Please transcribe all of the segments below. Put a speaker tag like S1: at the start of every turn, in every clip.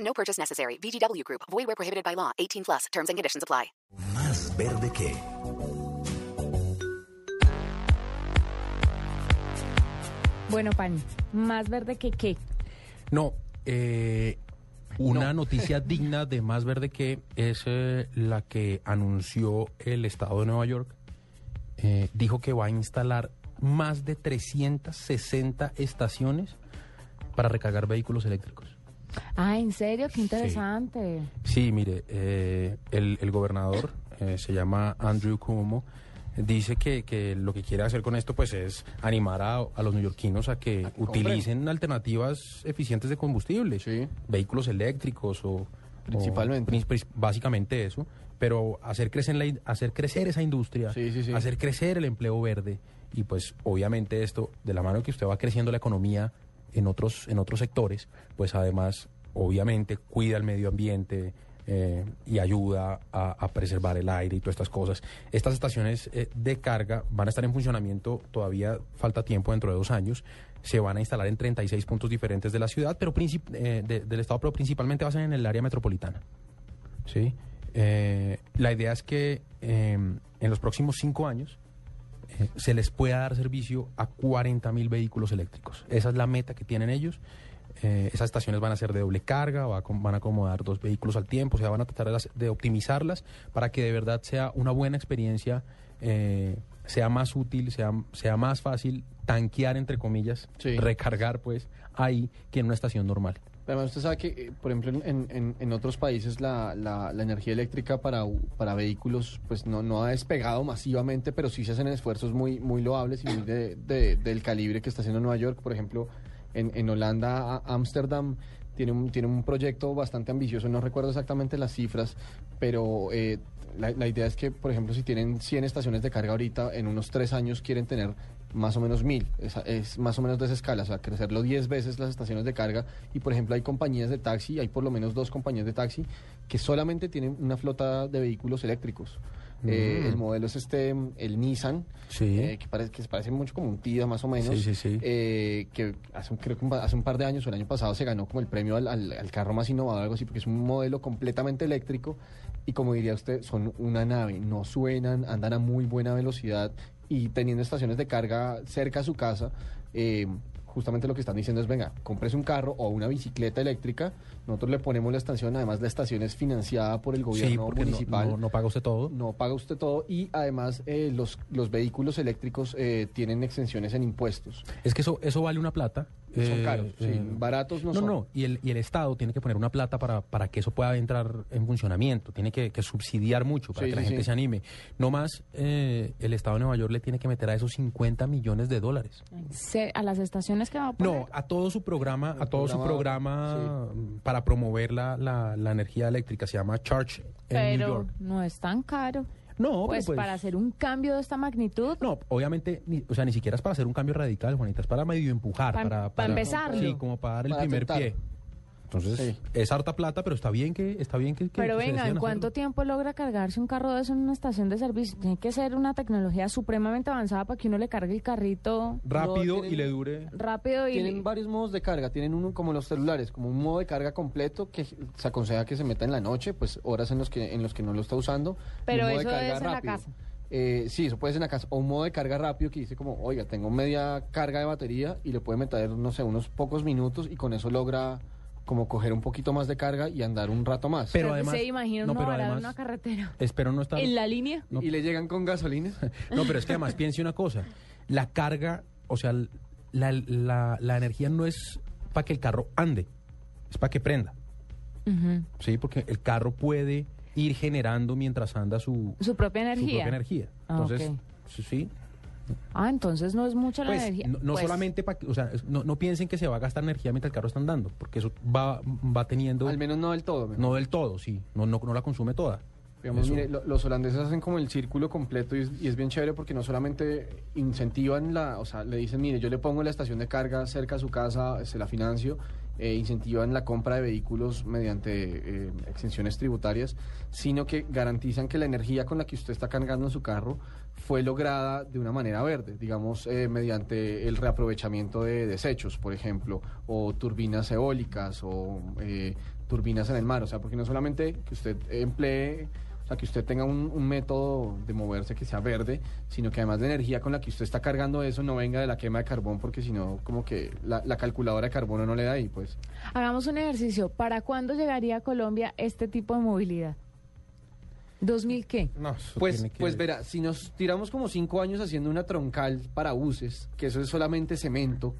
S1: No purchase necessary. VGW Group. Void where prohibited by law. 18 plus. Terms and conditions apply.
S2: Más verde que.
S3: Bueno, Pan, más verde que qué.
S4: No, eh, una noticia digna de más verde que es eh, la que anunció el Estado de Nueva York. Eh, dijo que va a instalar más de 360 estaciones para recargar vehículos eléctricos.
S3: Ah, ¿en serio? Qué interesante.
S4: Sí, mire, eh, el, el gobernador eh, se llama Andrew Cuomo. Dice que, que lo que quiere hacer con esto pues es animar a, a los neoyorquinos a que utilicen alternativas eficientes de combustible, vehículos eléctricos o
S5: Principalmente.
S4: o prin- prin- básicamente eso, pero hacer crecer la in- hacer crecer esa industria,
S5: Sí, sí, sí.
S4: hacer crecer el empleo verde y pues obviamente esto de la mano que usted va creciendo la economía en otros en otros sectores, pues además obviamente cuida el medio ambiente eh, y ayuda a, a preservar el aire y todas estas cosas. Estas estaciones eh, de carga van a estar en funcionamiento, todavía falta tiempo dentro de dos años. Se van a instalar en 36 puntos diferentes de la ciudad, pero princip- eh, de- del estado, pero principalmente va a ser en el área metropolitana. ¿sí? Eh, la idea es que eh, en los próximos cinco años eh, se les pueda dar servicio a 40 mil vehículos eléctricos. Esa es la meta que tienen ellos. Eh, esas estaciones van a ser de doble carga, va a acom- van a acomodar dos vehículos al tiempo, o sea, van a tratar de las- de optimizarlas para que de verdad sea una buena experiencia, eh, sea más útil, sea, sea más fácil tanquear, entre comillas,
S5: Sí.
S4: recargar pues ahí que en una estación normal.
S5: Además, usted sabe que, eh, por ejemplo, en, en- en otros países la, la- la energía eléctrica para, u- para vehículos pues no, no ha despegado masivamente, pero sí se hacen esfuerzos muy, muy loables y muy de- de- del calibre que está haciendo Nueva York. Por ejemplo, en, en Holanda, a- Ámsterdam tiene un, tiene un proyecto bastante ambicioso, no recuerdo exactamente las cifras, pero eh, la, la idea es que, por ejemplo, si tienen 100 estaciones de carga ahorita, en unos tres años quieren tener más o menos mil, es, es más o menos de esa escala, o sea, crecerlo 10 veces las estaciones de carga y por ejemplo hay compañías de taxi, hay por lo menos dos compañías de taxi que solamente tienen una flota de vehículos eléctricos. Eh,
S4: Mm.
S5: el modelo es este, el Nissan,
S4: Sí.
S5: eh, que, parece, que se parece mucho como un Tida más o menos,
S4: Sí, sí, sí.
S5: eh, que hace, un- creo que un pa- hace un par de años, o el año pasado, se ganó como el premio al, al- al carro más innovador, algo así, porque es un modelo completamente eléctrico y como diría usted, son una nave, no suenan, andan a muy buena velocidad y teniendo estaciones de carga cerca a su casa, eh, justamente lo que están diciendo es, venga, compres un carro o una bicicleta eléctrica, nosotros le ponemos la estación, además la estación es financiada por el
S4: Sí,
S5: gobierno
S4: porque no-
S5: municipal.
S4: no, no paga usted todo.
S5: No paga usted todo y además eh, los, los vehículos eléctricos eh, tienen exenciones en impuestos.
S4: Es que eso, eso vale una plata. eh,
S5: Son caros, sí, baratos no son.
S4: No, y el, y el Estado tiene que poner una plata para, para que eso pueda entrar en funcionamiento. Tiene que, que subsidiar mucho para
S5: Sí,
S4: que la
S5: sí,
S4: gente
S5: sí.
S4: se anime. No más, eh, el Estado de Nueva York le tiene que meter a esos 50 millones de dólares.
S3: Se- a las estaciones que va a poner.
S4: No, a todo su programa, a todo su
S5: programa,
S4: programa mm, para promover la, la- la energía eléctrica. Se llama Charge en New
S3: pero
S4: York.
S3: no es tan caro.
S4: No,
S3: pues,
S4: pero, pues,
S3: para hacer un cambio de esta magnitud,
S4: No, obviamente, ni- o sea, ni siquiera es para hacer un cambio radical, Juanita, es para medio empujar.
S3: Pa- em,
S4: para,
S3: pa empezarlo.
S4: Sí, como para dar el
S5: Para
S4: primer
S5: tentar.
S4: pie. Entonces,
S5: Sí.
S4: es harta plata, pero está bien que... Está bien que, pues, que-
S3: pero
S4: que se
S3: venga,
S4: decidan
S3: ¿en cuánto
S4: hacerlo.
S3: tiempo logra cargarse un carro de eso en una estación de servicio? Tiene que ser una tecnología supremamente avanzada para que uno le cargue el carrito
S4: Rápido
S5: No, tienen-
S4: y le dure...
S3: rápido y...
S5: Tienen varios modos de carga, tienen uno como los celulares, como un modo de carga completo que se aconseja que se meta en la noche, pues horas en los que en los que no lo está usando. y
S3: Pero
S5: un modo
S3: eso
S5: de carga
S3: es en la
S5: rápido.
S3: casa.
S5: Eh, sí, eso puede ser en la casa. O un modo de carga rápido que dice como, oiga, tengo media carga de batería y le puede meter, no sé, unos pocos minutos y con eso logra como coger un poquito más de carga y andar un rato más.
S4: Pero
S3: Pero
S4: además...
S3: se imagina
S4: no,
S3: uno
S4: pero
S3: varado en
S4: además...
S3: una carretera.
S4: Espero no estar...
S3: En la línea.
S4: no.
S5: ¿Y le llegan con gasolina?
S4: No, pero es que además piense una cosa. La carga, o sea, la, la- la energía no es para que el carro ande, es para que prenda.
S3: Ujú.
S4: Sí, porque el carro puede ir generando mientras anda su,
S3: Su propia
S4: su
S3: energía.
S4: propia energía.
S3: Ah,
S4: Entonces,
S3: ok.
S4: sí, sí,
S3: Ah, entonces no es mucha la
S4: Pues,
S3: energía.
S4: no, no
S3: Pues,
S4: solamente para o sea, es- no, no piensen que se va a gastar energía mientras el carro está andando, porque eso va, va teniendo,
S5: Al menos no del todo. me-
S4: no del todo, sí, no, no, no la consume toda.
S5: Digamos,
S4: Eso.
S5: mire, lo- los holandeses hacen como el círculo completo y es, y es bien chévere porque no solamente incentivan la, o sea, le dicen, mire, yo le pongo la estación de carga cerca a su casa, se la financio, eh, incentivan la compra de vehículos mediante eh, exenciones tributarias, sino que garantizan que la energía con la que usted está cargando en su carro fue lograda de una manera verde, digamos, eh, mediante el reaprovechamiento de desechos, por ejemplo, o turbinas eólicas o eh, turbinas en el mar, o sea, porque no solamente que usted emplee o sea, que usted tenga un, un método de moverse que sea verde, sino que además la energía con la que usted está cargando eso no venga de la quema de carbón, porque si no, como que la, la calculadora de carbono no le da ahí, pues.
S3: Hagamos un ejercicio. ¿Para cuándo llegaría a Colombia este tipo de movilidad? ¿2000 qué?
S5: Pues, pues verá, si nos tiramos como cinco años haciendo una troncal para buses, que eso es solamente cemento,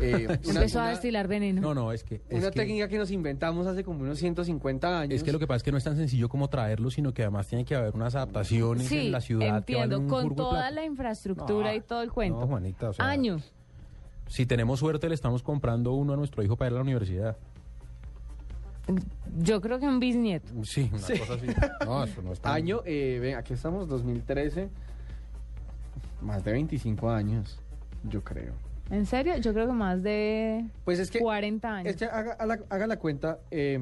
S5: eh, una,
S3: Empezó a
S5: una-
S3: destilar veneno.
S4: No, no, es que... es
S5: una
S4: que-
S5: técnica que nos inventamos hace como unos 150 años.
S4: Es que lo que pasa es que no es tan sencillo como traerlo, sino que además tiene que haber unas adaptaciones
S3: sí,
S4: en la ciudad. que
S3: entiendo.
S4: valen un
S3: con
S4: burgo de
S3: toda
S4: plata.
S3: la infraestructura
S4: No,
S3: y todo el cuento.
S4: no, Juanita, o sea,
S3: Año.
S4: Si tenemos suerte, le estamos comprando uno a nuestro hijo para ir a la universidad.
S3: Yo creo que un bisnieto.
S4: Sí, una cosa así. No, eso no es tan-
S5: Año, eh, ven, aquí estamos, 2013, más de 25 años, yo creo.
S3: ¿En serio? Yo creo que más de
S5: Pues es que
S3: 40 años.
S5: Es
S4: Este
S5: que haga, haga la- haga la cuenta, eh,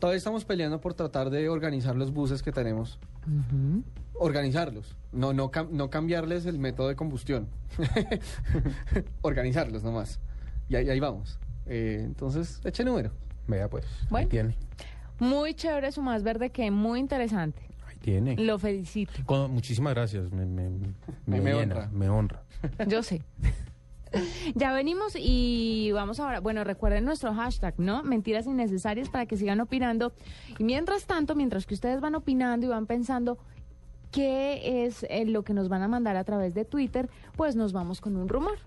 S5: todavía estamos peleando por tratar de organizar los buses que tenemos.
S3: Ujú.
S5: Organizarlos, no, no, cam- no cambiarles el método de combustión. Organizarlos nomás. Y ahí, ahí vamos. Eh, entonces, eche número.
S4: Vea, pues.
S3: Bueno.
S4: Ahí tiene.
S3: Muy chévere su más verde que muy interesante.
S4: Ahí tiene.
S3: Lo felicito.
S4: Con- muchísimas gracias. Me, me, me,
S5: me
S4: llena,
S5: honra.
S4: me honra.
S3: Yo sé. Ya venimos y vamos ahora. Bueno, recuerden nuestro hashtag, ¿no? Mentiras innecesarias para que sigan opinando. Y mientras tanto, mientras que ustedes van opinando y van pensando qué es eh, lo que nos van a mandar a través de Twitter, pues nos vamos con un rumor.